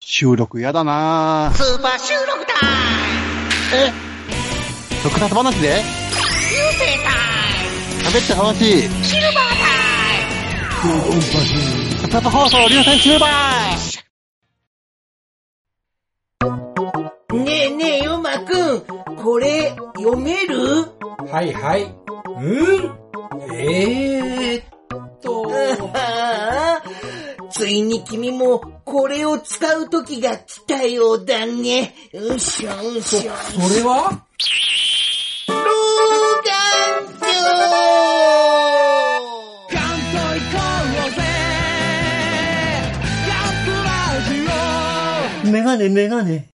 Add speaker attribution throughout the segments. Speaker 1: 収録嫌だなぁ。
Speaker 2: スーパー収録タイム
Speaker 1: え特撮話
Speaker 2: 流
Speaker 1: で
Speaker 2: 星タイ
Speaker 1: 喋った話。
Speaker 2: ムシルバータ
Speaker 1: 特撮放送流星シルバー
Speaker 3: ねえねえ、ヨマくん、これ、読める
Speaker 4: はいはい。うんえーっと、
Speaker 3: ああ、 ついに君も、これを使う時が来たようだね。うしょうしょ。
Speaker 4: それは
Speaker 3: 老眼鏡メガネメガネ。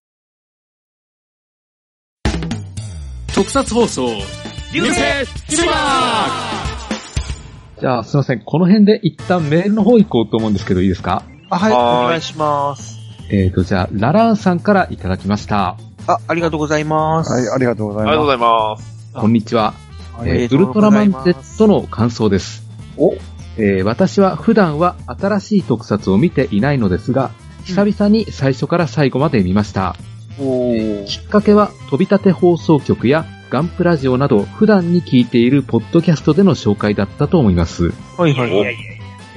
Speaker 5: 特撮放送、流星シルバー
Speaker 6: じゃあ、すいません。この辺で一旦メールの方行こうと思うんですけど、いいですか
Speaker 7: あ、はい、
Speaker 8: はーい
Speaker 7: お願いします。
Speaker 6: えーと、じゃあ、ラランさんからいただきました。
Speaker 7: あ、ありがとうございます。
Speaker 8: はい、ありがとうござ
Speaker 5: あ
Speaker 8: い
Speaker 5: りがとうござ
Speaker 8: ま
Speaker 5: います。
Speaker 6: こんにちは。
Speaker 7: あり
Speaker 6: えー
Speaker 7: がと
Speaker 6: ウ
Speaker 7: う
Speaker 6: ル
Speaker 7: ご
Speaker 6: トラ
Speaker 7: ざ
Speaker 6: マ
Speaker 7: い
Speaker 6: ン
Speaker 7: ます
Speaker 6: Z の感想です。
Speaker 8: お
Speaker 6: えー私は普段は新しい特撮を見ていないのですが、久々に最初から最後まで見ました。
Speaker 8: す。おー
Speaker 6: きっかけは飛び立て放送局やガンプラジオなど普段に聞いているポッドキャストでの紹介だったと思います。
Speaker 7: はいはいはい。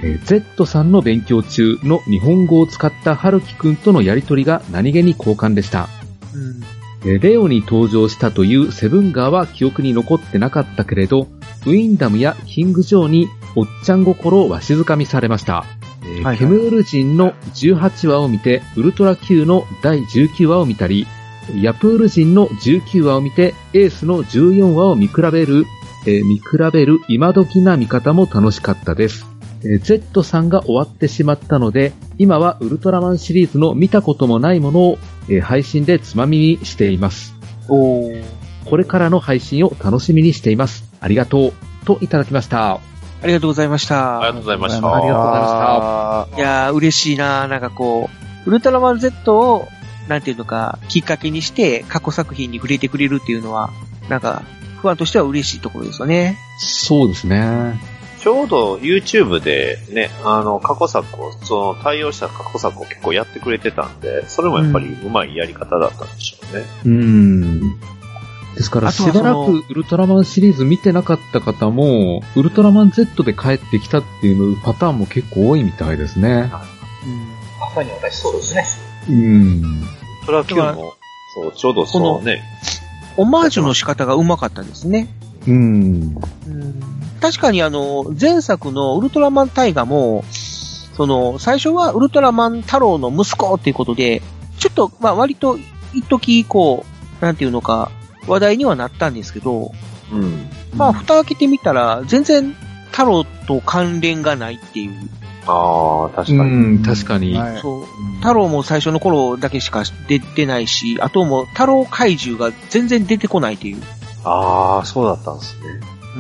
Speaker 6: えー Z さんの勉強中の日本語を使った春樹くんとのやりとりが何気に好感でした。
Speaker 7: うん
Speaker 6: えーレオに登場したというセブンガーは記憶に残ってなかったけれど、ウィンダムやキングジョーにおっちゃん心をわしづかみされました。えー
Speaker 7: いはい
Speaker 6: ケムール人の18話を見て、ウルトラ Q の第19話を見たり、ヤプール人の19話を見て、エースの14話を見比べる、えー見比べる今時な見方も楽しかったです。えー Z さんが終わってしまったので、今はウルトラマンシリーズの見たこともないものをえー配信でつまみにしています。
Speaker 7: おー
Speaker 6: これからの配信を楽しみにしています。ありがとう。といただきました。
Speaker 7: ありがとうございまし
Speaker 5: ありがと。
Speaker 7: た
Speaker 5: うございました。
Speaker 6: ありがとうございま
Speaker 7: いやー、嬉しいなーなんかこう、ウルトラマン Z を、なんていうのか、きっかけにして、過去作品に触れてくれるっていうのは、なんか、ファンとしては嬉しいところですよね。
Speaker 6: そうですね。
Speaker 5: ちょうど YouTube でね、あの、過去作を、その対応した過去作を結構やってくれてたんで、それもやっぱりうまいやり方だったんでしょうね。
Speaker 6: うん。ですから、
Speaker 7: あと
Speaker 6: し
Speaker 7: はそ
Speaker 6: ばら
Speaker 7: の
Speaker 6: くウルトラマンシリーズ見てなかった方も、ウルトラマン Z で帰ってきたっていうパターンも結構多いみたいですね。
Speaker 9: まさに私そうですね。
Speaker 6: うん。
Speaker 5: トラキューも、そう、ちょうどそのね、
Speaker 7: オマージュの仕方がうまかったですね。
Speaker 6: うん。
Speaker 7: 確かにあの、前作のウルトラマンタイガも、その、最初はウルトラマン太郎の息子っていうことで、ちょっと、まあ割と、一時以降、なんていうのか、話題にはなったんですけど、
Speaker 5: うん。
Speaker 7: まあ蓋開けてみたら、全然太郎と関連がないっていう。
Speaker 5: ああ、確
Speaker 6: う
Speaker 5: かに。
Speaker 6: ん、確かに。
Speaker 8: はい
Speaker 7: そう。太郎も最初の頃だけしか出てないし、あともう太郎怪獣が全然出てこないっていう。
Speaker 5: ああ、そうだったんですね。
Speaker 7: う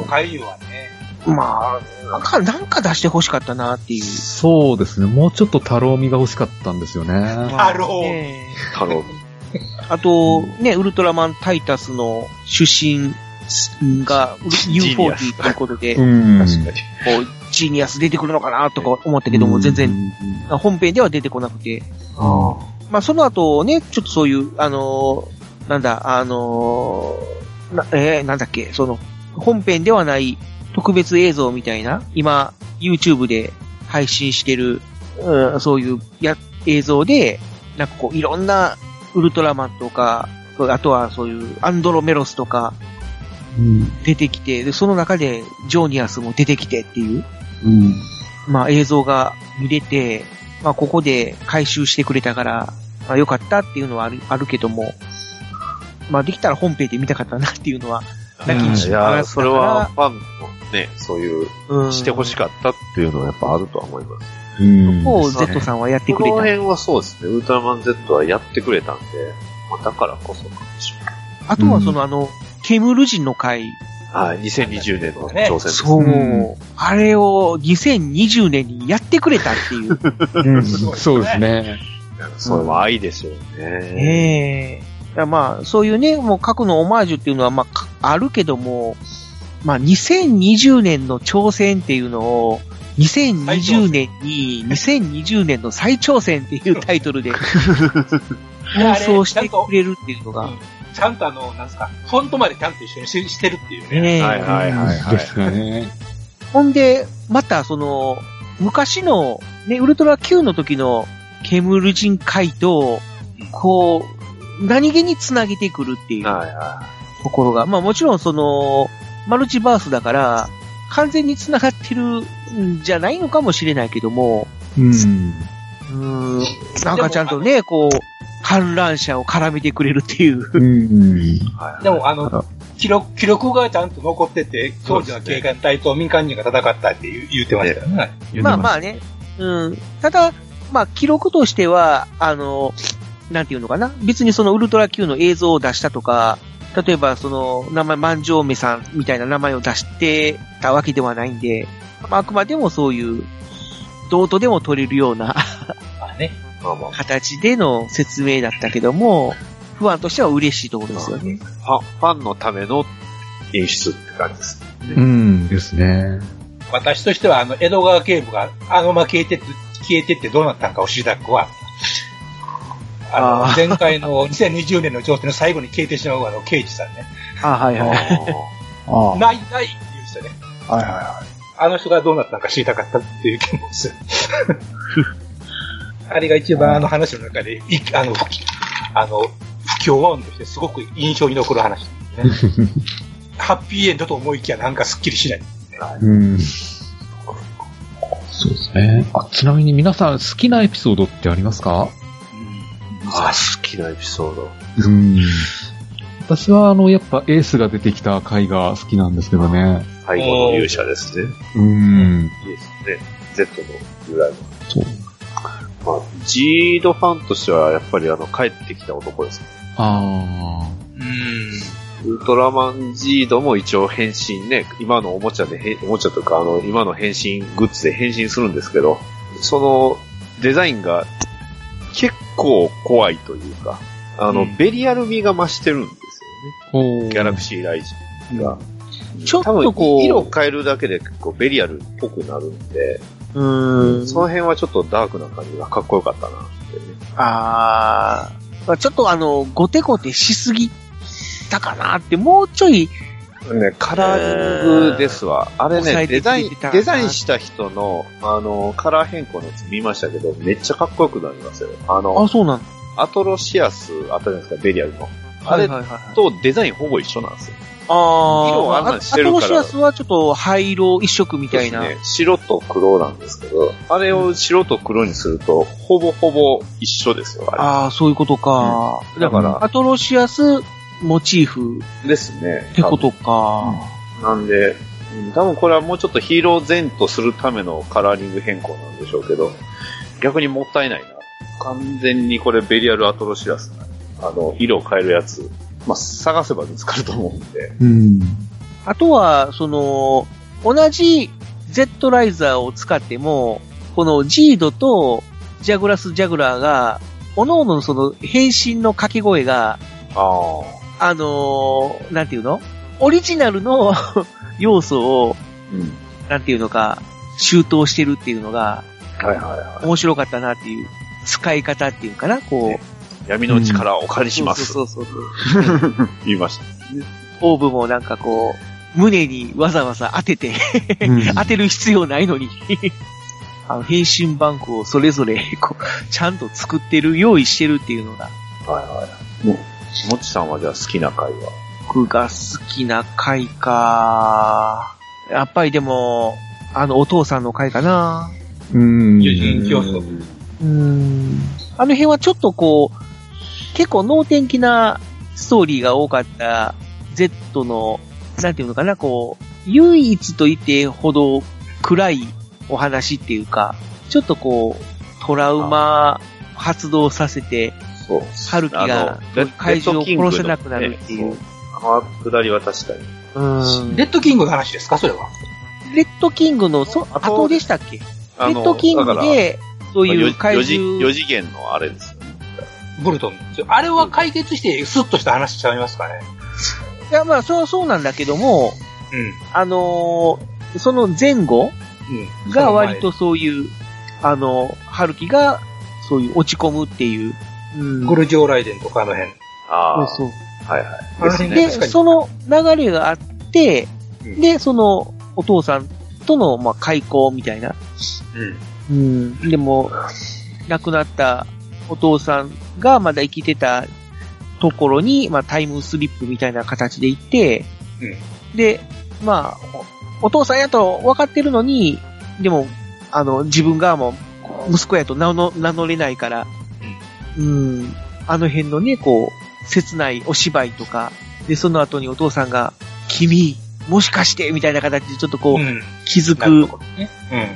Speaker 7: ん。
Speaker 9: 海流はね、
Speaker 7: まあ、なんかなんか出して欲しかったなっていう。
Speaker 6: そうですね。もうちょっと太郎味が欲しかったんですよね。
Speaker 9: 太郎
Speaker 7: ねえ
Speaker 5: 太郎。
Speaker 7: あと、ね、ウルトラマンタイタスの出身が
Speaker 5: ジニア
Speaker 7: U40
Speaker 5: ス
Speaker 7: というこ とで、こ
Speaker 6: ん
Speaker 5: 確かに。
Speaker 7: うジーニアス出てくるのかなとか思ったけども、全然、。本編では出てこなくて。
Speaker 6: あ
Speaker 7: まあ、その後ね、ちょっとそういう、あのーなんだ、あのーなえーなんだっけ、その、本編ではない特別映像みたいな、今、YouTube で配信してる、うんそういうや映像で、なんかこう、いろんなウルトラマンとか、そうあとはそういうアンドロメロスとか出てきて、でその中でジョーニアスも出てきてっていう、まあ映像が見れて、まあここで回収してくれたから、まあ良かったっていうのはあるあるけども、まあできたら本編で見たかったなっていうのは、
Speaker 5: い
Speaker 7: 泣きにしもあらずだか
Speaker 5: や、それは
Speaker 7: ら
Speaker 5: ファンのね、そういう、
Speaker 7: うん
Speaker 5: して欲しかったっていうのはやっぱあるとは思います。
Speaker 6: うん
Speaker 7: こう Z さんはやってく
Speaker 5: こ
Speaker 7: れ
Speaker 5: の
Speaker 7: た。
Speaker 5: 辺はそうですね、ウルトラマン Z はやってくれたんで、まあ、だからこそなんでしょうね。
Speaker 7: あとはそのあの、ケムル人の会。
Speaker 5: はい、2020年の挑戦です。
Speaker 7: そうう。あれを2020年にやってくれたっていう。
Speaker 6: うん
Speaker 9: すごい
Speaker 6: そうですね。
Speaker 5: それは愛ですよね。
Speaker 7: ええだからまあ、そういうね、もう過去のオマージュっていうのは、まあか、あるけども、まあ、2020年の挑戦っていうのを、 2020年に、2020年の再挑戦っていうタイトルで放送してくれるっていうのが、
Speaker 9: ちゃんとあの、なんですか、フォントまでちゃんと一緒にししてるっていうね。
Speaker 7: ねえ
Speaker 5: はいはいはいは
Speaker 1: で
Speaker 5: い。
Speaker 1: すかね。
Speaker 7: ほんで、またその、昔の、ね、ウルトラ Q の時の、ケムル人回と、こう、何気に繋げてくるっていう
Speaker 5: はいは
Speaker 7: ところが、まあもちろんその、マルチバースだから、完全に繋がってるんじゃないのかもしれないけども、
Speaker 1: うん。
Speaker 7: うーん、なんかちゃんとね、こう、観覧車を絡めてくれるっていう。
Speaker 1: うん。
Speaker 9: でも、あの
Speaker 6: あ、
Speaker 9: 記録、記録がちゃんと残ってて、当時の警官隊と民間人が戦ったって言う言ってましたよね。
Speaker 1: 言って
Speaker 7: まあま
Speaker 1: あ。
Speaker 7: あね。うん。ただ、まあ記録としては、あの、なんていうのかな。別にそのウルトラ Q の映像を出したとか、例えばその名前、万丈梅さんみたいな名前を出してたわけではないんで、まああくまでもそういう、どうとでも取れるような
Speaker 9: まあね。
Speaker 5: い。まあまあ。
Speaker 7: 形での説明だったけども、不安としては嬉しいところですよね。
Speaker 5: ファンファンのための演出って感じです。
Speaker 6: うん、ですね。
Speaker 9: 私としては、あの、江戸川警部があのまま消えてって、消えてってどうなったんかを知りたくは、あの、前回の2020年の挑戦の最後に消えてしまうあの、刑事さんね。
Speaker 7: あはい
Speaker 5: あ
Speaker 7: はい。
Speaker 5: ー
Speaker 1: あ
Speaker 9: ないないって言うんですよね。
Speaker 1: あ。はいは
Speaker 9: あの人がどうなったのか知りたかったっていう気持ちでする。 あれが一番あの話の中で、いあの、不あの、不協和音としてすごく印象に残 る話、ね。ハッピーエンドと思いきやなんかスッキリしない。
Speaker 6: うそうですね。あ、ちなみに皆さん好きなエピソードってありますか
Speaker 5: あー、好きなエピソード。
Speaker 6: うん。私はあの、やっぱエースが出てきた回が好きなんですけどね。
Speaker 5: 最後の勇者ですね。
Speaker 6: うん。
Speaker 5: いいですね。Z の由来は。
Speaker 6: そう。
Speaker 5: まあ、ジードファンとしては、やっぱりあの、帰ってきた男ですね。
Speaker 6: あ
Speaker 5: ウルトラマンジードも一応変身ね、今のおもちゃでへん、おもちゃというか、あの、今の変身グッズで変身するんですけど、そのデザインが結構怖いというか、あの、ベリアル味が増してるんです
Speaker 6: あ。ほ
Speaker 5: よね。ギャラクシーライジンが。
Speaker 7: ちょっとこう
Speaker 5: 多分色を変えるだけで結構ベリアルっぽくなるんで、
Speaker 7: うん。
Speaker 5: その辺はちょっとダークな感じがかっこよかったなってね。
Speaker 7: あーまあ、ちょっとあの、ごてごてしすぎたかなって、もうちょい、
Speaker 5: ね、カラーリングですわ。あれ
Speaker 7: 抑
Speaker 5: ね、
Speaker 7: え
Speaker 5: デ
Speaker 7: て
Speaker 5: ザ
Speaker 7: く
Speaker 5: イ
Speaker 7: れ
Speaker 5: ン
Speaker 7: てた、な
Speaker 5: デザインした人の、あの、カラー変更のやつ見ましたけど、めっちゃかっこよくなりますよ。あの、
Speaker 7: あ、そうなんだ。
Speaker 5: アトロシアスあったじゃないですか、ベリアルの。あ
Speaker 7: はい
Speaker 5: れ
Speaker 7: はいはい。
Speaker 5: とデザインほぼ一緒なんですよ。
Speaker 7: あー
Speaker 5: 色をあんなんしてるから
Speaker 7: あアトロシアスはちょっと灰色一色みたいな。
Speaker 5: ですね。白と黒なんですけど、あれを白と黒にすると、ほぼほぼ一緒ですよ、あ
Speaker 7: ああ、そういうことか。
Speaker 5: れ。だから、
Speaker 7: アトロシアスモチーフ
Speaker 5: ですね。
Speaker 7: ってことか。
Speaker 5: 多分なんで、うん多分これはもうちょっとヒーロー前とするためのカラーリング変更なんでしょうけど、逆にもったいないな。完全にこれベリアルアトロシアスなあの、色を変えるやつ。まあ、探せば見つかると思うんで。
Speaker 6: うん。
Speaker 7: あとは、その、同じ Z ライザーを使っても、このジードとジャグラス・ジャグラーが、各々のその変身の掛け声が、
Speaker 5: あ
Speaker 7: あのーなんていうのオリジナルの要素を、
Speaker 5: うん。
Speaker 7: なんていうのか、周到してるっていうのが、
Speaker 5: はいはいは
Speaker 7: 面白かったなっていう、使い方っていうかな、こう。
Speaker 5: い。闇の力をお借りします。
Speaker 7: そうそうそうそう。
Speaker 5: 言いました。
Speaker 7: オーブもなんかこう、胸にわざわざ当てて、当てる必要ないのに。あの、変身バンクをそれぞれ、 こう、ちゃんと作ってる、用意してるっていうのが、
Speaker 5: はいはい。ももちさんはじゃあ好きな回は
Speaker 7: 僕が好きな回か。やっぱりでも、あの、お父さんの回かな。
Speaker 6: うん。
Speaker 9: 友人競争。
Speaker 7: うーんあの辺はちょっとこう、結構能天気なストーリーが多かった Z の、なんていうのかな、こう、唯一と言ってほど暗いお話っていうか、ちょっとこう、トラウマ発動させて、
Speaker 5: そう。
Speaker 7: 春樹が
Speaker 5: あのレ
Speaker 7: 怪獣を
Speaker 5: レッドキングの
Speaker 7: 殺せなくなるっていう
Speaker 5: ねそうあの下りは確かに。
Speaker 7: レ
Speaker 9: レッドキングの話ですかそれは。
Speaker 7: レッドキングのそ
Speaker 5: あと
Speaker 7: 後でしたっけレ
Speaker 5: あの
Speaker 7: ッドキング
Speaker 5: だから
Speaker 7: で、そういう
Speaker 5: まあ
Speaker 7: 怪
Speaker 5: よじよ
Speaker 7: 獣、
Speaker 5: じ四次元のあれですよね。
Speaker 9: ブルトンの。あれは解決してスッとした話しちゃいますかね。
Speaker 7: いやまあ、それはそうなんだけども、
Speaker 9: うん。
Speaker 7: あのーその前後、
Speaker 5: うん
Speaker 7: が割とそういう、あの、春樹がそういう落ち込むっていう。うん
Speaker 9: ゴルジオライデンとかあの辺。
Speaker 5: ああ、
Speaker 7: そうそう。
Speaker 5: はいはい。
Speaker 9: あの辺
Speaker 7: で、
Speaker 9: 確かに
Speaker 7: その流れがあって、
Speaker 5: うん
Speaker 7: で、そのお父さんとの、まあ、開口みたいな。
Speaker 9: うん。
Speaker 7: うん。でも、亡くなったお父さんがまだ生きてたところに、まあ、タイムスリップみたいな形で行って、で、まあ、おお父さんやと分かってるのに、でも、あの、自分がもう、息子やと名の名乗れないから、うん、あの辺のね、こう、切ないお芝居とか、で、その後にお父さんが、君、もしかしてみたいな形でちょっとこう、
Speaker 9: うん。
Speaker 7: 気づ
Speaker 9: なる
Speaker 7: く
Speaker 9: ほ、どね。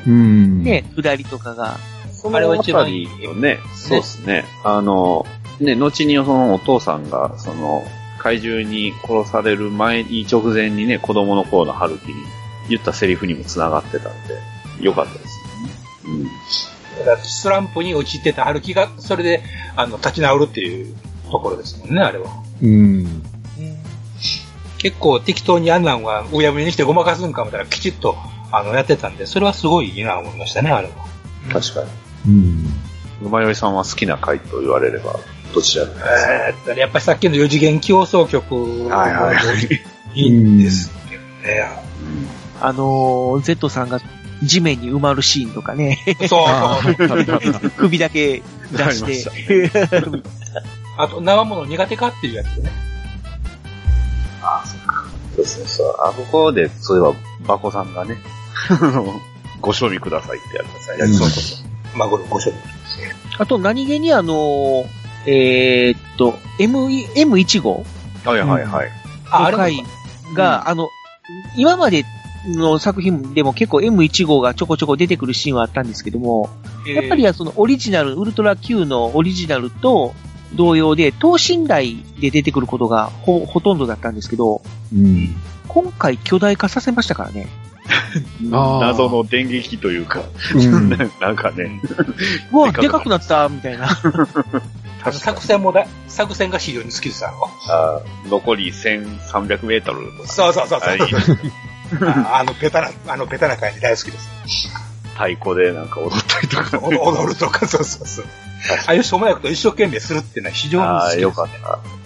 Speaker 9: うん。
Speaker 6: うん。
Speaker 7: ね、くだりとかが、
Speaker 5: そのあれは一番いいよね。そうですね。あの、ね、後にそのお父さんが、その、怪獣に殺される前に、直前にね、子供の頃の春樹に言ったセリフにも繋がってたんで、よかったですね。うん。
Speaker 9: だからスランプに陥ってた春樹が、それで、あの、立ち直るっていうところですもんね、あれは。
Speaker 6: うん。
Speaker 9: 結構適当にあんなんはうやむやにしてごまかすんかもたらきちっと、あの、やってたんで、それはすごいいいな思いましたね、あれは。
Speaker 5: 確かに。
Speaker 6: うん。
Speaker 5: 馬よりさんは好きな回と言われれば、どちらでも。
Speaker 9: えーっとねやっぱりさっきの四次元競争曲。
Speaker 5: はいはいはい
Speaker 9: いいんですけどね。
Speaker 7: あのー、Z さんが地面に埋まるシーンとかね、
Speaker 9: そう
Speaker 6: あ
Speaker 9: そう。
Speaker 6: ー
Speaker 7: 首だけ出
Speaker 5: わかりま
Speaker 7: して、
Speaker 9: あと、生もの苦手かっていうやつね。
Speaker 5: そうですね、そう。あ、ここで、そういえば、バコさんがね、ご賞味くださいってやつ
Speaker 6: うん
Speaker 5: そうそうそう。
Speaker 9: マグロ5色。
Speaker 7: あと何気にあのー、えーっと、M、M1 号
Speaker 5: はいはいはい。
Speaker 9: あ、あ
Speaker 7: の
Speaker 9: れ
Speaker 7: 回が、あの、今までの作品でも結構 M1 号がちょこちょこ出てくるシーンはあったんですけども、やっぱりはそのオリジナル、ウルトラ Q のオリジナルと同様で、等身大で出てくることがほ、ほとんどだったんですけど、
Speaker 6: うん。
Speaker 7: 今回巨大化させましたからね。
Speaker 6: あー
Speaker 5: 謎の電撃というか、
Speaker 6: うん。
Speaker 5: なんかね、
Speaker 7: うわ、
Speaker 5: で
Speaker 7: で
Speaker 5: か
Speaker 7: か
Speaker 5: く
Speaker 7: くなった、みたいな。
Speaker 9: あの作戦もだ、作戦が非常に好きです、あの。
Speaker 5: あ残り1300メートルとか、
Speaker 9: そうそうそうそう。
Speaker 5: はい
Speaker 9: ああの、ベタな、あの、ベタな感じ大好きです。
Speaker 5: 太鼓でなんか踊ったりとか、
Speaker 9: お踊るとか、そうそうそう。ああいうしょうもないことを一生懸命するっていうのは非常に
Speaker 5: あ
Speaker 9: 好
Speaker 5: あ、
Speaker 9: き
Speaker 5: よ
Speaker 9: です。
Speaker 5: かっ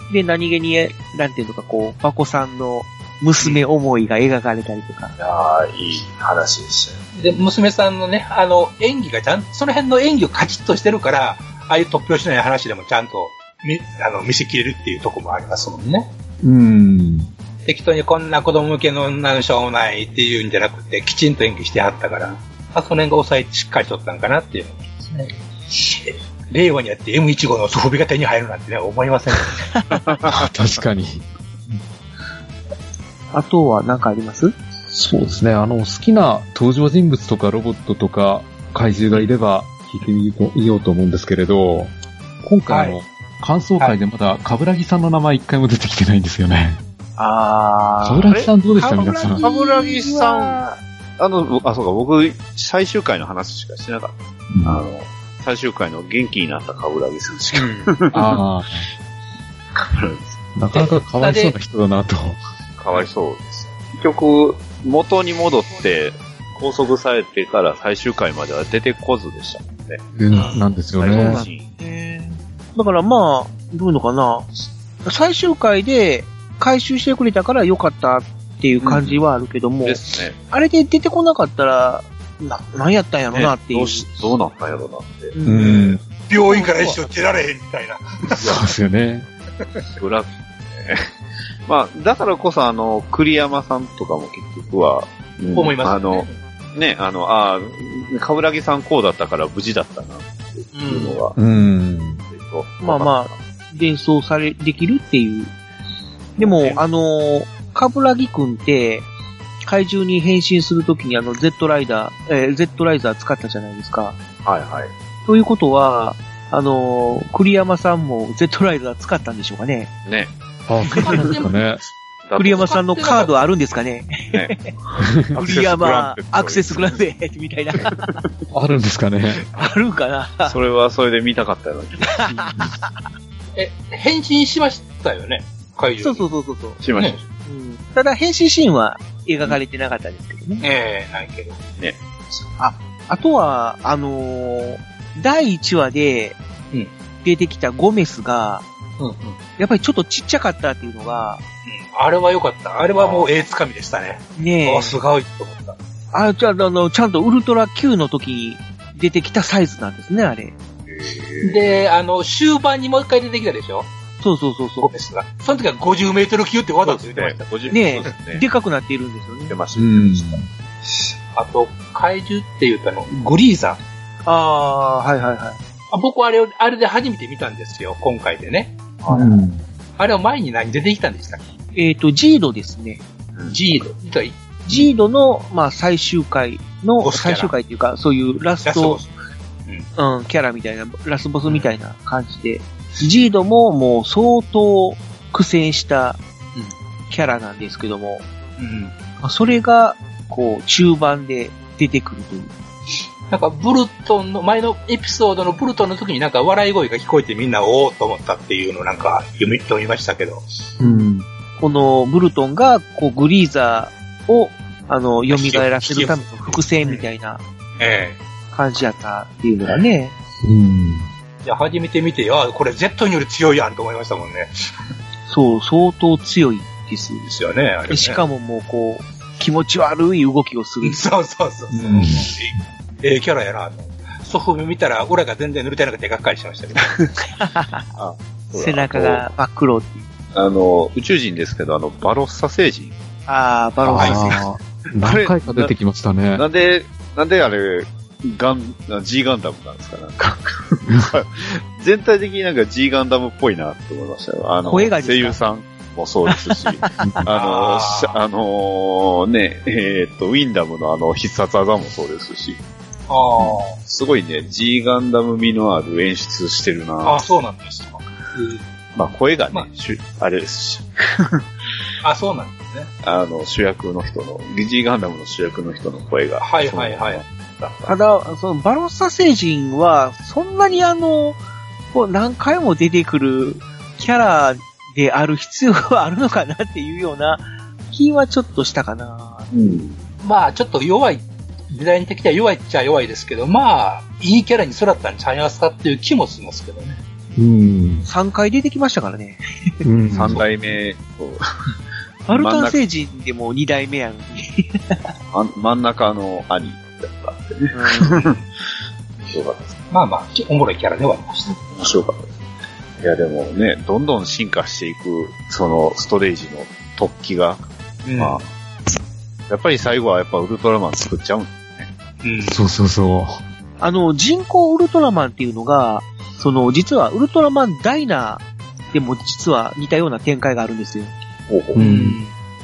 Speaker 5: た。
Speaker 7: で、何気に、なんていうのか、こう、バコさんの娘思いが描かれたりとか。
Speaker 5: ああ、いい話でしたよ。
Speaker 9: で、娘さんのね、あの、演技がちゃんその辺の演技をカチッとしてるから、ああいう突拍子のない話でもちゃんと、み、あの、見せきれるっていうとこもありますもんね。
Speaker 6: うん。
Speaker 9: 適当にこんな子供向けの女のしょうもないっていうんじゃなくて、きちんと演技してはったから、あその辺が抑えてしっかりとったんかなっていうのが ですね。令和にあって M1 号の装備が手に入るなんてね、思いません、ね、
Speaker 6: 確かに。
Speaker 7: あとは何かあります
Speaker 6: そうですね。あの、好きな登場人物とかロボットとか怪獣がいれば聞いてみようとようと思うんですけれど、今回の感想会でまだカブラギさんの名前一回も出てきてないんですよね。
Speaker 5: あ
Speaker 6: カブラギさんどうでした
Speaker 5: あれ
Speaker 6: 皆さん。
Speaker 5: カブラギさん、あの、あ、そうか、僕、最終回の話しかしてなかった。あの、最終回の元気になったカブラギさんしか。
Speaker 6: ああ、なかなかかわいそうな人だなと。
Speaker 5: かわいそうです。結局、元に戻って、拘束されてから最終回までは出てこずでした。
Speaker 6: うんなんですよ
Speaker 5: 最後
Speaker 6: ね
Speaker 5: の。シーン
Speaker 7: だからまあ、どういうのかな。最終回で回収してくれたから良かったっていう感じはあるけども、
Speaker 5: ですね。
Speaker 7: あれで出てこなかったら、な、何やったんやろなってい
Speaker 5: ど
Speaker 7: う。
Speaker 5: うし、どうなったんやろうなって。
Speaker 7: う
Speaker 6: うんん。
Speaker 9: 病院から一生出られへんみたいな。
Speaker 6: そうですよね。
Speaker 5: ブラック。 まあ、だからこそ、あの、栗山さんとかも結局は、うん
Speaker 9: 思います、ね。
Speaker 5: あの、ね、あの、ああ、冠城さんこうだったから無事だったな、っていうのは、
Speaker 6: うん。
Speaker 7: まあまあ、伝送され、できるっていう。でも、あのー、カブラギ君って、怪獣に変身するときにあの、Z ライダー、えー Z ライザー使ったじゃないですか。
Speaker 5: あ。はいはい。
Speaker 7: ということは、あのー、栗山さんも Z ライザー使ったんでしょうかね。
Speaker 5: ね。
Speaker 6: あ、そうなんですか
Speaker 5: だ
Speaker 6: ね。
Speaker 5: って
Speaker 7: 栗山さんのカードあるんですかね。
Speaker 5: アクセス
Speaker 7: 栗
Speaker 5: グラン
Speaker 7: 山
Speaker 5: プリ、
Speaker 7: アクセスグランデみた いな、
Speaker 6: あるんですかね。
Speaker 7: あるんかな。
Speaker 5: それはそれで見たかったような気が
Speaker 9: え、返信しましたよね。怪
Speaker 7: そ
Speaker 9: 獣。
Speaker 7: うそうそうそうそう、
Speaker 5: しました。
Speaker 7: うんただ、変身シーンは描かれてなかったですけどね。
Speaker 9: ええないけど。
Speaker 5: ですよ。
Speaker 7: あとは、あのー第1話で
Speaker 9: うん
Speaker 7: 出てきたゴメスが、
Speaker 9: うんうん。
Speaker 7: やっぱりちょっとちっちゃかったっていうのが、
Speaker 9: あれは良かった。あれはもうええつかみでしたね。
Speaker 7: ねえ
Speaker 9: あ、すごいと思った。
Speaker 7: あ、じゃあ、あの、ちゃんとウルトラ Q の時に出てきたサイズなんですね、あれ。
Speaker 9: で、あの、終盤にもう一回出てきたでしょ
Speaker 7: そうそうそう
Speaker 9: ゴ
Speaker 7: そ
Speaker 9: メスが。その時は50メートル級って技をついてました。
Speaker 5: 50
Speaker 7: ねえ
Speaker 5: そうです
Speaker 7: う。
Speaker 5: ね。
Speaker 7: でかくなっているんですよね
Speaker 5: 出。ました。
Speaker 6: うん。
Speaker 9: あと、怪獣って言ったの、グリーザー
Speaker 7: ああー、はいはいはい。
Speaker 9: あ僕あれを、あれで初めて見たんですよ、今回でね。
Speaker 6: うん
Speaker 9: あれは前に何出てきたんでしたっけ
Speaker 7: えっ、と、ジードですね。
Speaker 9: ジード。実は
Speaker 7: ジードの、まあ、最終回の、
Speaker 9: ボスキャラ
Speaker 7: 最終回っていうか、そういうラス
Speaker 9: ラスボ
Speaker 7: ト、
Speaker 9: ス。
Speaker 7: うん、キャラみたいな、ラスボスみたいな感じで、ジードももう相当苦戦したキャラなんですけども、
Speaker 9: うん。
Speaker 7: まあそれが、こう、中盤で出てくるという。
Speaker 9: なんか、ブルトンの、前のエピソードのブルトンの時になんか笑い声が聞こえてみんなおおと思ったっていうのをなんか読み、読みましたけど。
Speaker 6: うん。
Speaker 7: このブルトンが、こう、グリーザーを、あの、蘇らせるための伏線みたいな
Speaker 9: え
Speaker 7: 感じやったっていうのがね、
Speaker 6: うん。
Speaker 9: え。いや、初めて見て、あこれ Z により強いやんと思いましたもんね。
Speaker 7: そう、相当強いです。
Speaker 9: ですよね、あれ、
Speaker 7: で
Speaker 9: ね。
Speaker 7: しかももう、こう、気持ち悪い動きをする。
Speaker 9: そうそうそう。
Speaker 6: うん
Speaker 9: ええキャラやなと。祖父母見たら、裏が全然濡れてなくてがっかりしましたけど。
Speaker 5: そうだ
Speaker 7: 背中が真っ黒っていう。
Speaker 5: あの、宇宙人ですけど、あの、バロッサ星人。
Speaker 7: ああ、バロンさん。
Speaker 6: あー何回か出てきましたね。
Speaker 5: なんで、なんであれ、ガン、G ガンダムなんですかなん か。全体的になんか G ガンダムっぽいなって思いましたよ。あの、
Speaker 7: 声がですか
Speaker 5: 声優さんもそうです し、あの、しあのーね、えーっと、ウィンダムのあの必殺技もそうですし、
Speaker 9: あ
Speaker 5: すごいね、G ガンダム味のある演出してる
Speaker 9: あ。あ
Speaker 5: な
Speaker 9: あ、そうなんですか。
Speaker 5: まあ声がね、
Speaker 9: まあ
Speaker 5: 主あれですし、
Speaker 9: あそうなんですね。
Speaker 5: あの、主役の人の、G ガンダムの主役の人の声が。
Speaker 9: はいはいはい。
Speaker 7: ただ、そのバロッサ星人は、そんなにあの、こう何回も出てくるキャラである必要があるのかなっていうような気はちょっとしたかな。
Speaker 5: うん。
Speaker 9: まあ、ちょっと弱い、時代に的には弱いっちゃ弱いですけど、まあ、いいキャラに育ったんちゃいますかっていう気もしますけどね。
Speaker 6: うん。
Speaker 7: 3回出てきましたからね。
Speaker 6: うん
Speaker 5: 三代目、
Speaker 7: バルタン星人でも2代目やのに。
Speaker 5: あ真ん中の兄だったんでね。よかったです
Speaker 9: まあまあ、ちょおもろいキャラではありました。
Speaker 5: 面白かったです。いやでもね、どんどん進化していく、そのストレージの突起が、
Speaker 9: うん
Speaker 5: まあ、やっぱり最後はやっぱウルトラマン作っちゃうんだ
Speaker 9: うん
Speaker 6: そうそうそ
Speaker 7: あの、人工ウルトラマンっていうのが、その、実はウルトラマンダイナーでも実は似たような展開があるんですよ。
Speaker 5: ほうほ
Speaker 6: う。う
Speaker 5: う。
Speaker 6: ん。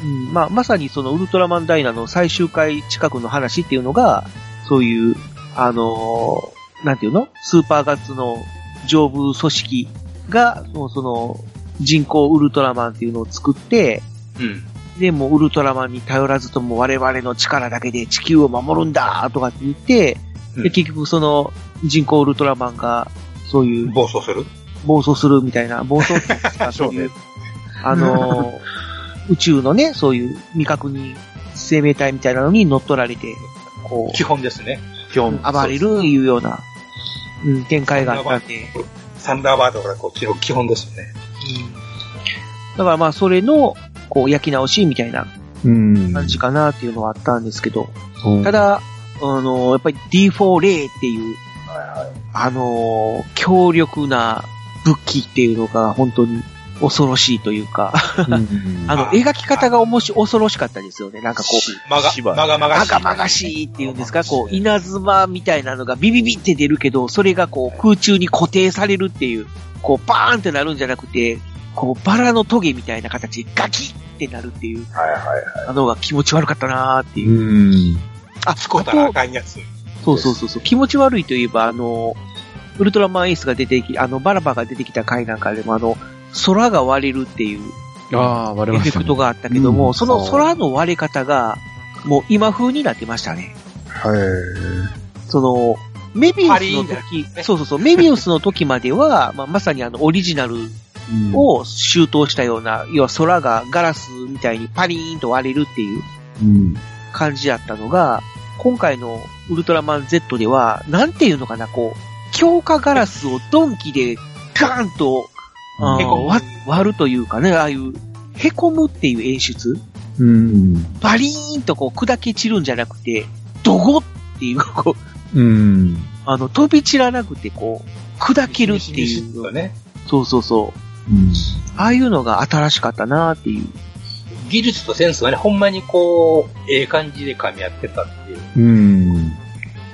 Speaker 7: うんまあ、まさにそのウルトラマンダイナの最終回近くの話っていうのが、そういう、あのーなんていうのスーパーガッツの上部組織が、もうその、人工ウルトラマンっていうのを作って、
Speaker 9: うん。
Speaker 7: で、もうウルトラマンに頼らずとも我々の力だけで地球を守るんだとかって言って、
Speaker 9: う
Speaker 7: で、
Speaker 9: ん
Speaker 7: 結局その人工ウルトラマンが、そういう
Speaker 9: 暴走する
Speaker 7: 暴走するみたいな、暴走っていうんですか
Speaker 5: そうね
Speaker 7: そういう、あのー宇宙のね、そういう未確認生命体みたいなのに乗っ取られて、こ
Speaker 9: 基本ですね。
Speaker 5: 基本、
Speaker 7: う、暴れるいうような、うん、展開があったんで、うん
Speaker 9: サンダーバードからこっちの基本ですよね。
Speaker 7: だからまあ、それの、こう、焼き直しみたいな
Speaker 6: うん。
Speaker 7: 感じかなっていうのはあったんですけど、
Speaker 6: そう
Speaker 7: ただ、あのーやっぱり D4 0っていう、あのー強力な武器っていうのが本当に恐ろしいというか、
Speaker 6: うん
Speaker 7: あの、
Speaker 9: あ
Speaker 7: 描き方がおもし、恐ろしかったですよね。なんかこう、
Speaker 9: まが、
Speaker 5: 芝
Speaker 9: まがまが
Speaker 7: ま
Speaker 9: しい。
Speaker 7: がまがしいっていうんですか、こう、稲妻みたいなのがビビビって出るけど、それがこう、空中に固定されるっていう、こう、バーンってなるんじゃなくて、こう、バラのトゲみたいな形でガキってなるっていう、
Speaker 5: はいはい。
Speaker 7: あのが気持ち悪かったなーっていうう。
Speaker 6: ん。
Speaker 7: あ、
Speaker 9: つこ
Speaker 7: あ
Speaker 9: たらあ
Speaker 7: と、
Speaker 9: かんやつ。
Speaker 7: そうそうそうそう、気持ち悪いといえば、あの、ウルトラマンエースが出てき、あの、バラバが出てきた回なんかでも、あの、空が割れるっていう、
Speaker 6: ああ、割れ
Speaker 7: エ
Speaker 6: まし
Speaker 7: フェ
Speaker 6: た
Speaker 7: ク
Speaker 6: ね。
Speaker 7: トがあったけども、
Speaker 6: うん
Speaker 7: その空の割れ方が、もう今風になってましたね。その、メビウ
Speaker 9: パ
Speaker 7: ス
Speaker 9: リー
Speaker 7: の
Speaker 9: ンだよ
Speaker 7: 時、そうそうそう、メビウスの時までは、 まあ、まさにあの、オリジナルを周到したような、要は空がガラスみたいにパリーンと割れるっていう
Speaker 6: うん。
Speaker 7: 感じだったのが、今回のウルトラマン Z では、なんていうのかな、こう、強化ガラスをドンキでガーンと、あー
Speaker 9: へこむ
Speaker 7: 割割るというかね、ああいう、へこむっていう演出
Speaker 6: うん。
Speaker 7: バリーンとこう砕け散るんじゃなくて、ドゴっていう、こう、
Speaker 6: うん。
Speaker 7: あの、飛び散らなくて、こう、砕けるって
Speaker 9: ミシ
Speaker 7: い
Speaker 9: ミシっと
Speaker 7: う。
Speaker 9: ね。
Speaker 7: そうそうそう。
Speaker 6: うん。
Speaker 7: ああいうのが新しかったなっていう。
Speaker 9: 技術とセンスがね、ほんまにこう、ええ感じで噛み合ってたっていう。
Speaker 6: うん。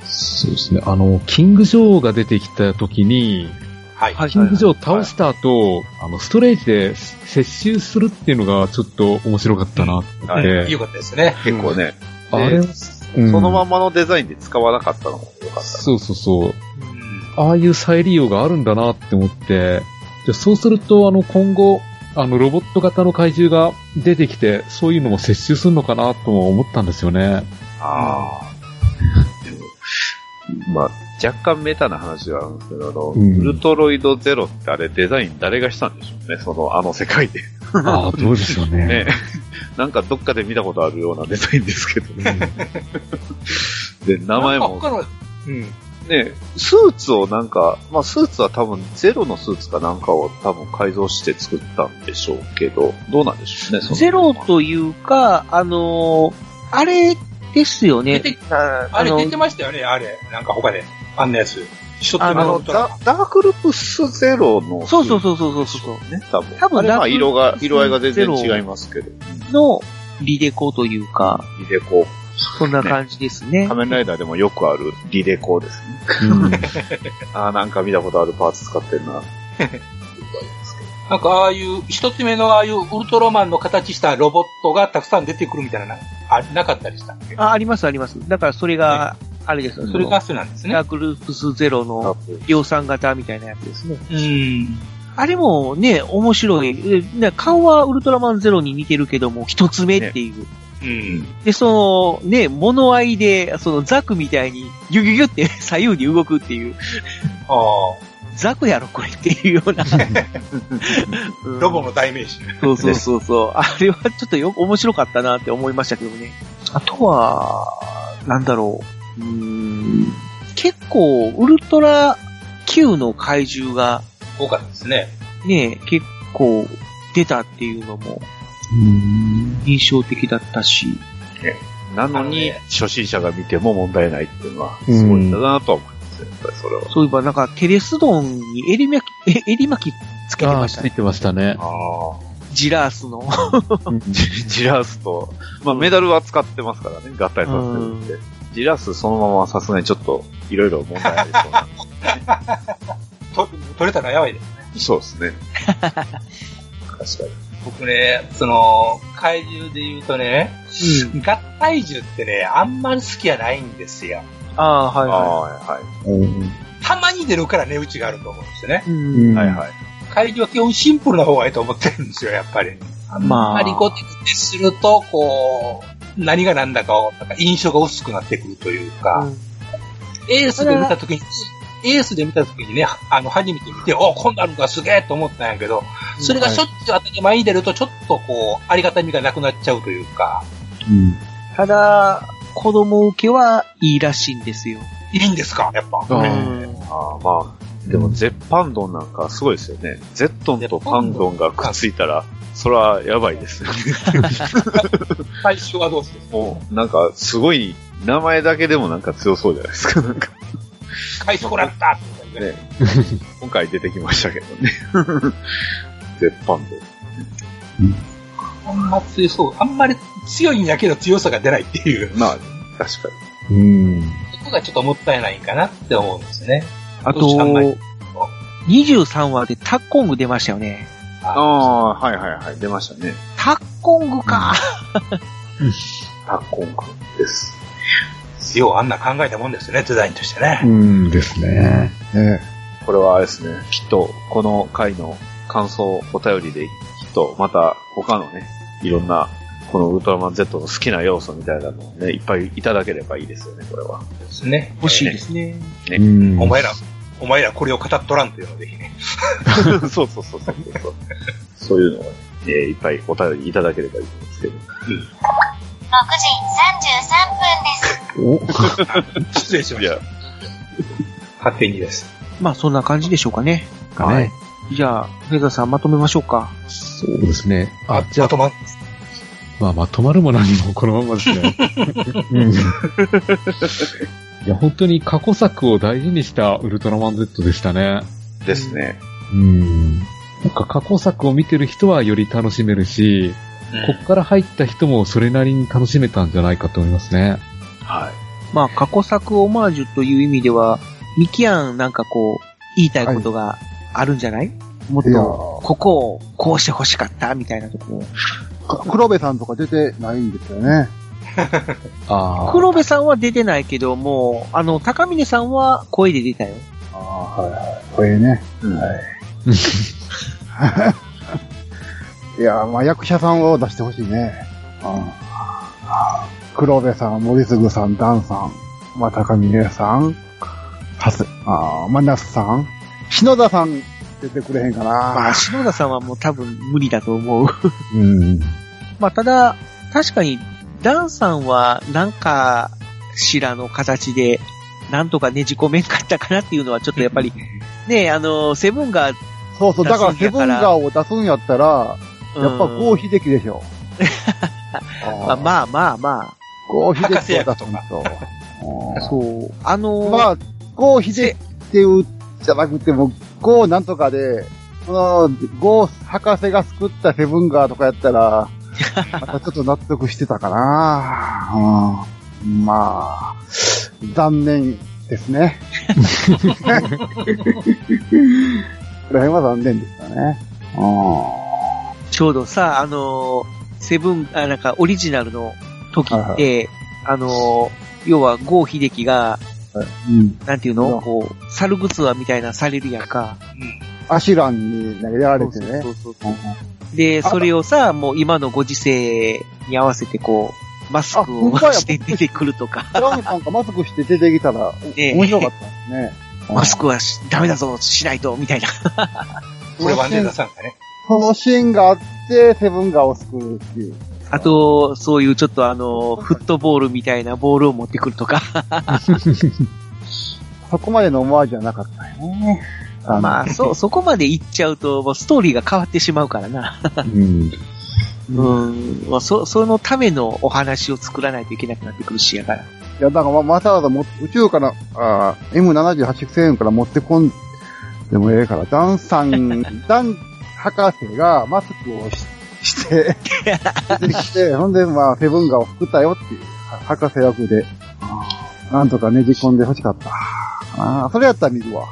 Speaker 6: そうですね。あの、キング・ジョーが出てきた時に、
Speaker 9: はい。
Speaker 7: はい
Speaker 6: キング・ジョーを倒した後、あの、ストレージで接収するっていうのがちょっと面白かったなって思って。
Speaker 9: よかったですね。
Speaker 5: 結構ね、
Speaker 6: あ
Speaker 5: で
Speaker 6: れ、うん
Speaker 5: そのままのデザインで使わなかったのも良かった。
Speaker 6: そうそうそう。ああいう再利用があるんだなって思って、じゃあそうすると、あの、今後、あの、ロボット型の怪獣が出てきて、そういうのも接収するのかなとも思ったんですよね。
Speaker 5: ああ。でもまあ、若干メタな話なんですけど、あの、
Speaker 6: うん
Speaker 5: ウルトロイドゼロってあれデザイン誰がしたんでしょうね、その、あの世界で。
Speaker 6: ああ、どうでしょうね。
Speaker 5: ね。 なんかどっかで見たことあるようなデザインですけどね。で、名前
Speaker 9: なん
Speaker 5: も
Speaker 9: か、他のうん。
Speaker 5: ね、スーツをなんか、まあスーツは多分ゼロのスーツかなんかを多分改造して作ったんでしょうけど、どうなんでしょうね、その
Speaker 7: ゼロというか、あのーあれですよね。
Speaker 9: 出て
Speaker 7: あ
Speaker 9: あれ
Speaker 7: の
Speaker 9: 出てましたよね、あれ。なんか他で。あんなやつ。一つ
Speaker 7: あ
Speaker 5: あ
Speaker 7: の
Speaker 5: の、ダダークルプスゼロの。
Speaker 7: そうそうそうそうそうそう。
Speaker 5: ね、多分。
Speaker 7: 多分
Speaker 5: あれま
Speaker 7: ダ
Speaker 5: あ
Speaker 7: ークルプス
Speaker 5: 色が、色合いが全
Speaker 7: ゼロ
Speaker 5: 然違いますけど。
Speaker 7: のリデコというか、
Speaker 5: リレコ。
Speaker 7: そんな感じですね。
Speaker 5: 仮面ライダーでもよくあるリレコですね。
Speaker 6: うん。
Speaker 5: ああ、なんか見たことあるパーツ使ってんな。
Speaker 9: なんかああいう、一つ目のああいうウルトラマンの形したロボットがたくさん出てくるみたいなのあなかったりしたっけ
Speaker 7: あ、ありますあります。だからそれが、あれですよ
Speaker 9: それがそうなんです
Speaker 7: そ
Speaker 9: ね
Speaker 7: の。ダークループスゼロの量産型みたいなやつですね。
Speaker 9: うん。
Speaker 7: あれもね、面白い。えね顔はウルトラマンゼロに似てるけども、一つ目っていう。
Speaker 9: うん。
Speaker 7: で、その、ね、物合いで、そのザクみたいに、ギュギュギュって 左右に動くっていう、
Speaker 9: ああ、
Speaker 7: ザクやろこれっていうような。うん
Speaker 9: ロボの代名詞。
Speaker 7: そうそうそうそう。あれはちょっとよ、面白かったなって思いましたけどね。あとは、なんだろう。うーん結構、ウルトラ Q の怪獣が
Speaker 9: 多かったですね。
Speaker 7: ね、結構出たっていうのも印象的だったし。
Speaker 5: なの
Speaker 9: あの
Speaker 5: に
Speaker 9: ね、
Speaker 5: 初心者が見ても問題ないっていうのは、すごいんだなとは思いますね、やっぱりそれは。
Speaker 7: そういえばなんかテレスドンに襟巻き、え襟巻きつけて
Speaker 6: あ
Speaker 7: ま
Speaker 6: あ、
Speaker 7: し
Speaker 6: つ
Speaker 7: た
Speaker 6: い
Speaker 7: ね。
Speaker 6: てましたね。
Speaker 5: あ
Speaker 7: ジラースの。
Speaker 5: あ。ジジラスと、まあメダルは使ってますからね、合体させてるんで。ジラスそのままさすがにちょっと、いろいろ問題ありそう な。
Speaker 9: と、取れたらやばいです。
Speaker 5: そうですね。確かに。
Speaker 9: 僕ね、その、怪獣で言うとね、合体獣ってね、あんまり好きじゃないんですよ。
Speaker 7: ああー、はい
Speaker 5: あ
Speaker 7: は
Speaker 5: あ、はい。
Speaker 9: たまに出るから値打ちがあると思うんですよね。
Speaker 7: い。うん
Speaker 6: うん
Speaker 5: はいはい。
Speaker 9: 怪獣は基本シンプルな方がいいと思ってるんですよ、やっぱり。あん
Speaker 7: まあ
Speaker 9: まりゴテゴテすると、こう、何が何だかを、なんか印象が薄くなってくるというか、エースで見たときに、エースで見たときにね、あの、初めて見て、お今度あるのかすげえと思ったんやけど、それがしょっちゅう当たり前に出ると、ちょっとこう、ありがたみがなくなっちゃうというか、
Speaker 6: うん
Speaker 7: ただ、子供受けはいいらしいんですよ。
Speaker 9: いいんですか、やっぱ。
Speaker 6: あ
Speaker 7: う
Speaker 6: あ
Speaker 7: ん
Speaker 5: ああ、まあ、でも、ゼッパンドンなんかすごいですよね。ゼットンとパンドンがくっついたら、それはやばいですね。
Speaker 9: 最初はどうする
Speaker 5: もう、なんか、すごい、名前だけでもなんか強そうじゃないですか、なんか。
Speaker 9: 買い損なったって言ったらね
Speaker 5: ね。今回出てきましたけど ね。ゼッパンドン。
Speaker 9: あんま強そう。あんまり強いんやけど強さが出ないっていう。
Speaker 5: まあ、確かに。
Speaker 6: うん。
Speaker 9: そこがちょっともったいないかなって思うんですね。
Speaker 7: あ
Speaker 9: どうしたんだ
Speaker 7: と、23話でタッコング出ましたよね。
Speaker 5: ああ、はいはいはい、出ましたね。
Speaker 7: タッコングか。
Speaker 5: タッコン君です。
Speaker 9: ようあんな考えたもんですね、デザインとしてね。
Speaker 6: うんですね。
Speaker 5: これはあれですね、きっと、この回の感想、お便りで、きっと、また、他のね、いろんな、このウルトラマン Z の好きな要素みたいなのをね、いっぱいいただければいいですよね、これ は。
Speaker 9: ですね。。
Speaker 7: 欲しいですすね。
Speaker 6: うん
Speaker 9: お前ら、お前らこれを語っとらんというのをぜひね。
Speaker 5: そうそうそうそうそう。そういうのをね、えーいっぱいお便りいただければいいんですけど。
Speaker 2: 6時33分です。
Speaker 6: お、
Speaker 9: 失礼しま
Speaker 5: い
Speaker 9: した。
Speaker 5: や、
Speaker 9: 勝手にです。
Speaker 7: まあ、そんな感じでしょうかね。
Speaker 6: はい。
Speaker 7: じゃあ、フェザーさんまとめましょうか。
Speaker 6: そうですね。あ、じゃ
Speaker 9: あ
Speaker 6: あ、
Speaker 9: とま、
Speaker 6: まあ、まとまるも何もこのままですね。 うん。いや、本当に過去作を大事にしたウルトラマン Z でしたね。
Speaker 5: ですね。
Speaker 6: うん。なんか過去作を見てる人はより楽しめるし、こっから入った人もそれなりに楽しめたんじゃないかと思いますね。
Speaker 5: はい。
Speaker 7: まあ、過去作オマージュという意味では、ミキアンなんかこう、言いたいことがあるんじゃない、もっ
Speaker 8: いや
Speaker 7: と、ここをこうして欲しかったみたいなところ。
Speaker 8: か黒部さんとか出てないんですよね。
Speaker 6: あ
Speaker 7: 黒部さんは出てないけど、もう、あの、高峰さんは声で出たよ。
Speaker 8: ああ、はいはい。これね。 はい。いやー、まあ役者さんを出してほしいね。うん黒部さん、森次さん、ダンさん、まあ高峰さん、はす、あーまあ那須さん、篠田さん出てくれへんか
Speaker 7: ま
Speaker 8: な。
Speaker 7: あ、篠田さんはもう多分無理だと思う。
Speaker 8: うん。
Speaker 7: まあ、ただ、確かに、ダンさんは、なんか、しらの形で、なんとかねじ込めんかったかなっていうのは、ちょっとやっぱり、ねえ、あの、セブンが、やっ
Speaker 8: そうそう、だから
Speaker 7: 出すん
Speaker 8: セ
Speaker 7: や
Speaker 8: ブ
Speaker 7: か
Speaker 8: ン
Speaker 7: ら
Speaker 8: ガーを出すんやったら、やっぱ郷秀樹でし ょ。
Speaker 7: まあまあまあま
Speaker 8: 郷秀樹を出す
Speaker 9: 博士
Speaker 8: んと。うん
Speaker 7: あ、そう。あの、
Speaker 8: まあ、ゴーヒデっていうじゃなくても、ゴーなんとかで、この、ゴー博士が作ったセブンガーとかやったら、またちょっと納得してたかな、うん、まあ、残念ですね。これは残念でしたね。うん
Speaker 7: ちょうどさ、あの、セブン、あ、なんか、オリジナルの時
Speaker 8: は
Speaker 7: っ
Speaker 8: い
Speaker 7: て、あの、要は、郷秀樹が、
Speaker 8: うん、
Speaker 7: なんていう
Speaker 8: う
Speaker 7: の
Speaker 8: ん
Speaker 7: こう、猿グツアみたいなされるやんか。
Speaker 8: アシュランに投げられてね
Speaker 7: そ。うそうそうで、それをさ、もう今のご時世に合わせてこう、マスク
Speaker 8: あほん
Speaker 7: を
Speaker 8: まや
Speaker 7: して出てくるとか、
Speaker 8: トランさんがマスクして出てきたら、
Speaker 7: ね
Speaker 8: 面白かったですね。
Speaker 7: マスクはしダメだぞ、しないと、みたいな。
Speaker 9: これワンデーザさんがね。
Speaker 8: そのシーンがあって、セブンガーを救うっていう。
Speaker 7: あと、そういうちょっとあの、フットボールみたいなボールを持ってくるとか。
Speaker 8: そこまでの思わじゃなかったよね。あの
Speaker 7: まあ、 そう、そこまで行っちゃうと、もうストーリーが変わってしまうからな。
Speaker 6: あ、うん。
Speaker 7: うん。まあ、そ、そのためのお話を作らないといけなくなってくるし、やから。
Speaker 8: いや、だからわざわざも宇宙から、あー M78 星雲から持ってこんでもええから、ダンさん、ダン博士がマスクをしして、出てきて、ほんで、まあ、セブンガーを救ったよっていう、は博士役で、なんとかねじ込んで欲しかった。ああ、それやったら見るわ。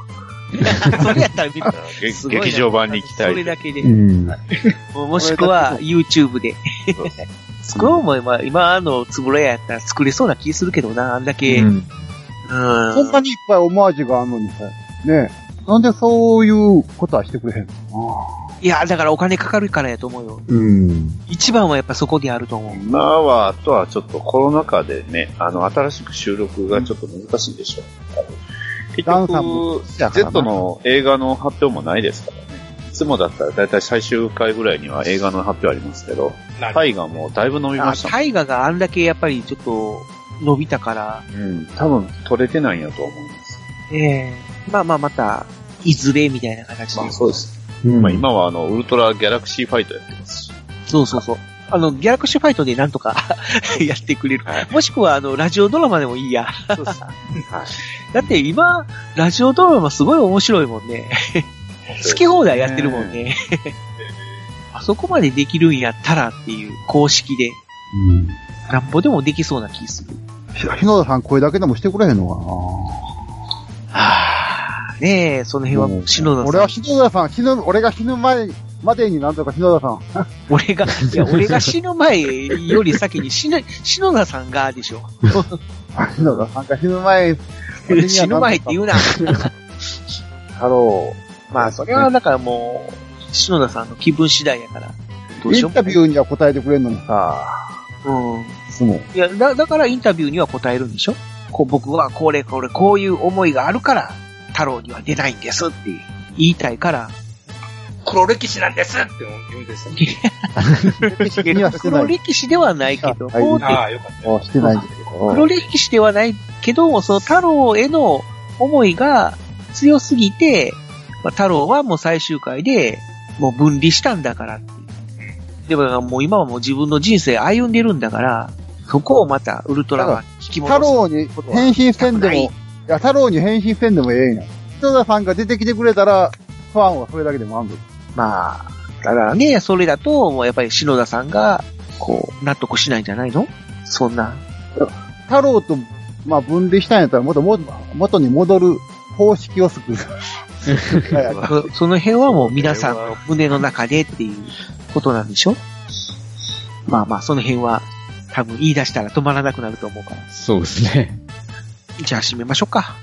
Speaker 7: それやったら見る
Speaker 5: げ
Speaker 7: すごいな
Speaker 5: 劇場版に行きた
Speaker 7: それ
Speaker 5: い。
Speaker 7: だけで
Speaker 6: う。ん。
Speaker 7: ももしくは YouTube で
Speaker 5: そうで。
Speaker 7: 作ろうも今、今あのつぶらやったら作れそうな気するけどな、あんだけ。
Speaker 6: う
Speaker 7: うん。
Speaker 6: ん
Speaker 8: こんなにいっぱいオマージュがあんのにさ、ねえなんでそういうことはしてくれへんの
Speaker 7: いや、だからお金かかるからやと思うよ。
Speaker 6: うん。
Speaker 7: 一番はやっぱそこにあると思う。
Speaker 5: 今は、あとはちょっとコロナ禍でね、あの、新しく収録がちょっと難しいでしょう。結
Speaker 8: ダンさんも
Speaker 5: 局、
Speaker 8: やからな
Speaker 5: Z の映画の発表もないですからね。いつもだったら大体最終回ぐらいには映画の発表ありますけど、
Speaker 9: なる
Speaker 5: タイがもうだいぶ伸びま
Speaker 7: あ
Speaker 5: したもん
Speaker 7: 大河があんだけやっぱりちょっと伸びたから、
Speaker 5: うん、多分取れてないんやと思います。
Speaker 7: ええまあまあまた、いずれみたいな形で。
Speaker 5: そうです。
Speaker 6: うん
Speaker 5: まあ、今はあの、ウルトラギャラクシーファイトやってますし。
Speaker 7: そうそうそう。あの、ギャラクシーファイトでなんとか やってくれる。もしくは、あの、ラジオドラマでもいいや。
Speaker 5: そうです。はい。
Speaker 7: だって今、ラジオドラマすごい面白いもんね。好き放題やってるもんね。あそこまでできるんやったらっていう公式で、
Speaker 6: うん
Speaker 7: なんぼでもできそうな気する。
Speaker 8: ひ篠田さん声だけでもしてくれへんのか
Speaker 7: はぁ、ねえ、その辺
Speaker 8: う
Speaker 7: は、
Speaker 8: ん
Speaker 7: 篠
Speaker 8: な
Speaker 7: 田
Speaker 8: 俺
Speaker 7: さん
Speaker 8: は。篠田さん、死ぬ、俺が死ぬ前までになんとか篠田さん。
Speaker 7: 俺が、いや、俺が死ぬ前より先に死ぬ、篠田さんがでしょ。
Speaker 8: あ篠田さんが死ぬ前。
Speaker 7: 死ぬ前って言う な。
Speaker 8: だろ
Speaker 7: まあ、それはだからもう、篠田さんの気分次第やから。ど
Speaker 8: う。
Speaker 7: うし
Speaker 8: イ
Speaker 7: ようも
Speaker 8: ンタビューには答えてくれんのにさ、
Speaker 7: うん。
Speaker 8: 質問。
Speaker 7: いや、だ、だからインタビューには答えるんでしょこう僕はこれこれこういう思いがあるから、太郎には出ないんですって言いたいから、
Speaker 9: 黒歴史なんですって言うんですよ。
Speaker 8: にはしてな
Speaker 7: 黒
Speaker 8: い。
Speaker 7: 歴史ではないけど、
Speaker 8: はい
Speaker 7: 法的
Speaker 9: ああ、よかっ
Speaker 8: あしてないんですよ。
Speaker 7: 黒歴史ではないけども、その太郎への思いが強すぎて、まあ、太郎はもう最終回で、もう分離したんだからっていう。でも、もう今はもう自分の人生歩んでるんだから、そこをまたウルトラが引き戻す。
Speaker 8: 太郎に変身せんで
Speaker 7: な
Speaker 8: も、
Speaker 7: い
Speaker 8: いや、太郎に変身せんでもええんや。人田さんが出てきてくれたら、ファンはそれだけでも満足。
Speaker 7: まあ、だからね、それだと、もうやっぱり篠田さんが、こう、納得しないんじゃないのそんな。
Speaker 8: 太郎と、まあ、分離したんやったら、元、元元に戻る方式 を作る。
Speaker 7: そ その辺はもう皆さんの胸の中でっていうことなんでしょまあまあ、その辺は、多分言い出したら止まらなくなると思うから。
Speaker 6: そうですね。
Speaker 7: じゃあ閉めましょうか。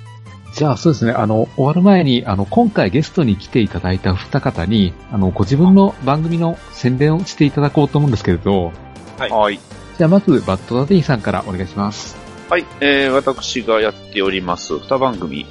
Speaker 6: じゃあそうですね、あの、終わる前に、あの、今回ゲストに来ていただいたお二方に、あの、ご自分の番組の宣伝をしていただこうと思うんですけれど、
Speaker 5: はい。
Speaker 6: じゃあまず、バッドダディさんからお願いします。
Speaker 5: はい、えー、私がやっております2番組、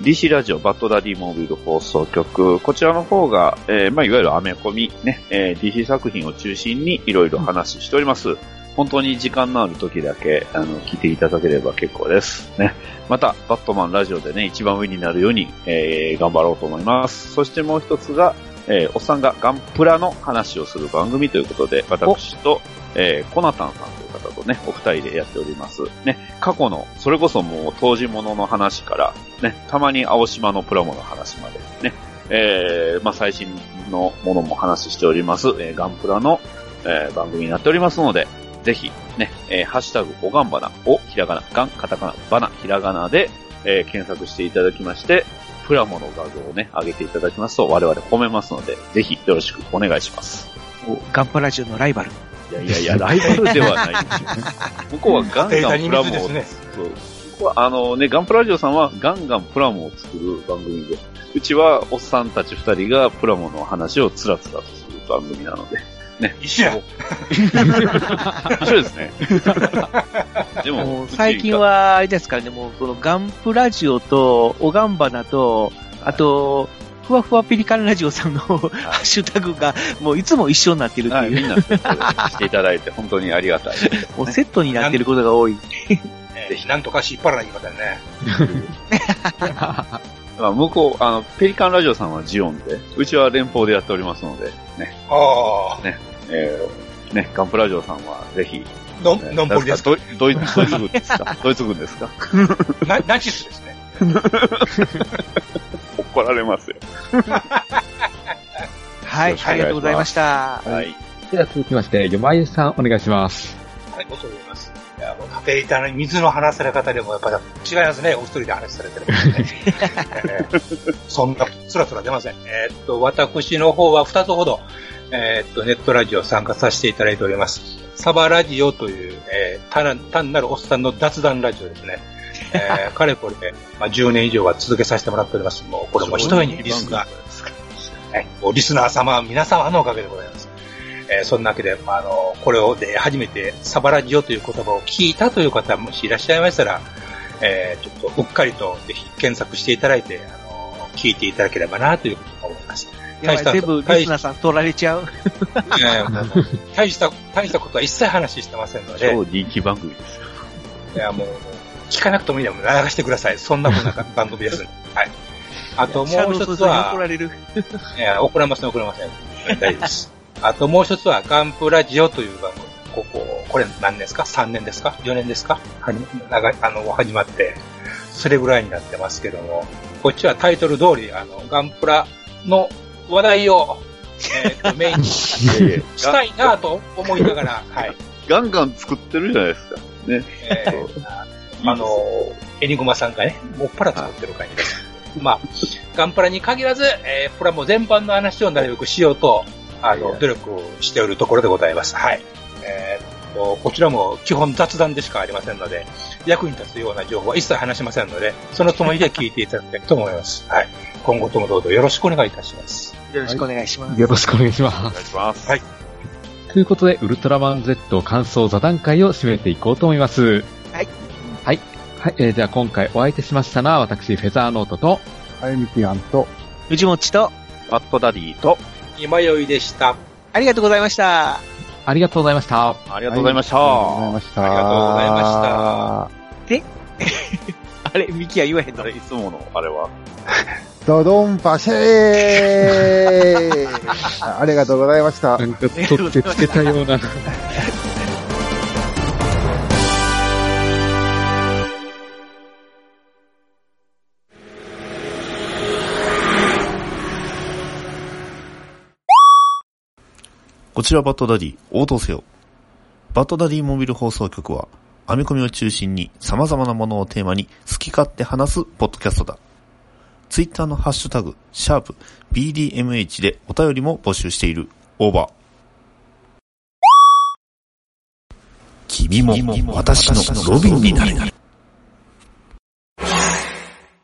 Speaker 5: DC ラジオバッドダディモビル放送局。こちらの方が、えー、まあ、いわゆるアメコミね、えー、DC 作品を中心にいろいろ話しております。本当に時間のある時だけ、あの、聞いていただければ結構です。ね。また、バットマンラジオでね、一番上になるように、えー、頑張ろうと思います。そしてもう一つが、えー、おっさんがガンプラの話をする番組ということで、私と、えー、コナタンさんという方とね、お二人でやっております。ね、過去の、それこそもう当時物の話から、ね、たまに青島のプラモの話まで、ね、えー、まあ、最新のものも話しております、えーガンプラの、えー番組になっておりますので、ぜひ、ね、えーハッシュタグ、おがんばなをひらがな、がん、カタカナ、ばな、ひらがなで、えー検索していただきまして、プラモの画像をね、上げていただきますと、我々褒めますので、ぜひよろしくお願いします。
Speaker 7: ガンプラジオのライバル。
Speaker 5: いやいやいや、ライバルではない向こうはガン
Speaker 9: デー
Speaker 5: ガ
Speaker 9: タ
Speaker 5: ン
Speaker 9: に
Speaker 5: プラモ
Speaker 9: 水
Speaker 5: を
Speaker 9: ですね。
Speaker 5: そう。ここは、あのね、ガンプラジオさんはガンガンプラモを作る番組で、うちはおっさんたち二人がプラモの話をつらつらとする番組なので。
Speaker 9: 一緒や。
Speaker 5: 一緒です ね。で
Speaker 7: も
Speaker 5: も
Speaker 7: う、最近、は、あれですからね、もうそのガンプラジオと、おがんばなと、あと、ふわふわペリカンラジオさんの ハッシュタグが、もういつも一緒になってるって
Speaker 5: はい、
Speaker 7: い
Speaker 5: み
Speaker 7: う、
Speaker 5: んなしていただいて本当にありがたい。
Speaker 7: もうセットになってることが多い。
Speaker 9: えーなんとか引っ張らない方だね。
Speaker 5: まあ、向こう、あの、ペリカンラジオさんはジオンで、うちは連邦でやっておりますので、
Speaker 9: ああ、
Speaker 5: えー、ね、ガンプラジオさんはぜひ、
Speaker 9: の
Speaker 5: ね、
Speaker 9: のんぼりですか。
Speaker 5: ドイドイドイツ軍です かドイツ軍ですか
Speaker 9: なナチスですね。
Speaker 5: 怒られますよ。
Speaker 7: はい、ありがとうございました。
Speaker 5: はい。
Speaker 6: では続きまして、よまゆさんお願いします。
Speaker 9: はい、恐れ入ります。いや、もう、縦板の水の話され方でも、やっぱり違いますね。お一人で話されてるからね、えーそんな、つらつら出ません。えーっと、私の方は2つほど、えーっと、ネットラジオ参加させていただいております。サバラジオという、えー単単なるおっさんの雑談ラジオですね。えーかれこれ、まあ、10年以上は続けさせてもらっております。もう、これも一重にリスナー、はい、もうリスナー様、皆様のおかげでございます。えーそんなわけで、まあ、あの、これをで、初めてサバラジオという言葉を聞いたという方、もしいらっしゃいましたら、えーちょっとうっかりとぜひ検索していただいて、あの、聞いていただければなというふうに思います。
Speaker 7: やばい全部リスナーさん取られちゃう。
Speaker 9: えーもう大した、大したことは一切話してませんので、
Speaker 5: 超人気番組ですよ。
Speaker 9: いや、もう、聞かなくてもいいので、流してください。そんなこんな番組 ですんで。はい。あとも
Speaker 7: シャド
Speaker 9: う
Speaker 7: ウ
Speaker 9: 一つ
Speaker 7: ソースに
Speaker 9: は
Speaker 7: 怒、られる。
Speaker 9: いや、怒られません、怒られません。大丈夫 です。あともう一つは、ガンプラジオという番組。ここ、これ何年ですか ?3 年ですか ?4 年ですかはじ長い、あの、始まって、それぐらいになってますけども、こっちはタイトル通り、あの、ガンプラの話題を、えーと、メインにし
Speaker 5: い やいや
Speaker 9: たいなと思いながら、 はい。
Speaker 5: ガンガン作ってるじゃないですか。
Speaker 9: えーあの、エニグマさんがね、もっぱら作ってる感じです。まあ、ガンプラに限らず、えー、プラモ全般の話をなるべくしようと、あ
Speaker 5: いやい
Speaker 9: の、
Speaker 5: や
Speaker 9: 努力をしておるところでございます。はい。えーっと、こちらも基本雑談でしかありませんので、役に立つような情報は一切話しませんので、そのつもりで聞いていただきたいと思います。はい。今後ともどうぞよろしくお願いいたします。
Speaker 7: よろしくお願いします。
Speaker 6: よろしくお願いしま
Speaker 5: お
Speaker 6: す。
Speaker 5: 願いします。
Speaker 9: はい
Speaker 6: ということで、ウルトラマン Z 感想座談会を締めていこうと思います。
Speaker 7: はい。
Speaker 6: はい。はい、えーじゃあ今回お相手しましたのは、私、フェザーノートと、
Speaker 8: あゆみぴやんと、
Speaker 7: 藤本と、
Speaker 5: バットダディと、
Speaker 9: 今宵でした。
Speaker 7: ありがとうございました。
Speaker 6: ありがとうございました。
Speaker 5: ありがとうございました。
Speaker 8: はいありがとうございました。ありがとうございまし
Speaker 7: あれ、ミキは言わへん
Speaker 5: あ
Speaker 7: の
Speaker 5: れ、いつもの、あれは。
Speaker 8: た。ドドンパシェーありがとうございました。
Speaker 6: なんか、取ってつけたような。
Speaker 10: こちらバットダディ、応答せよ。バットダディモビル放送局は、編み込みを中心に様々なものをテーマに好き勝手話すポッドキャストだ。ツイッターのハッシュタグ、シャープ BDMH でお便りも募集している。オーバー。君も私のロビンになれ。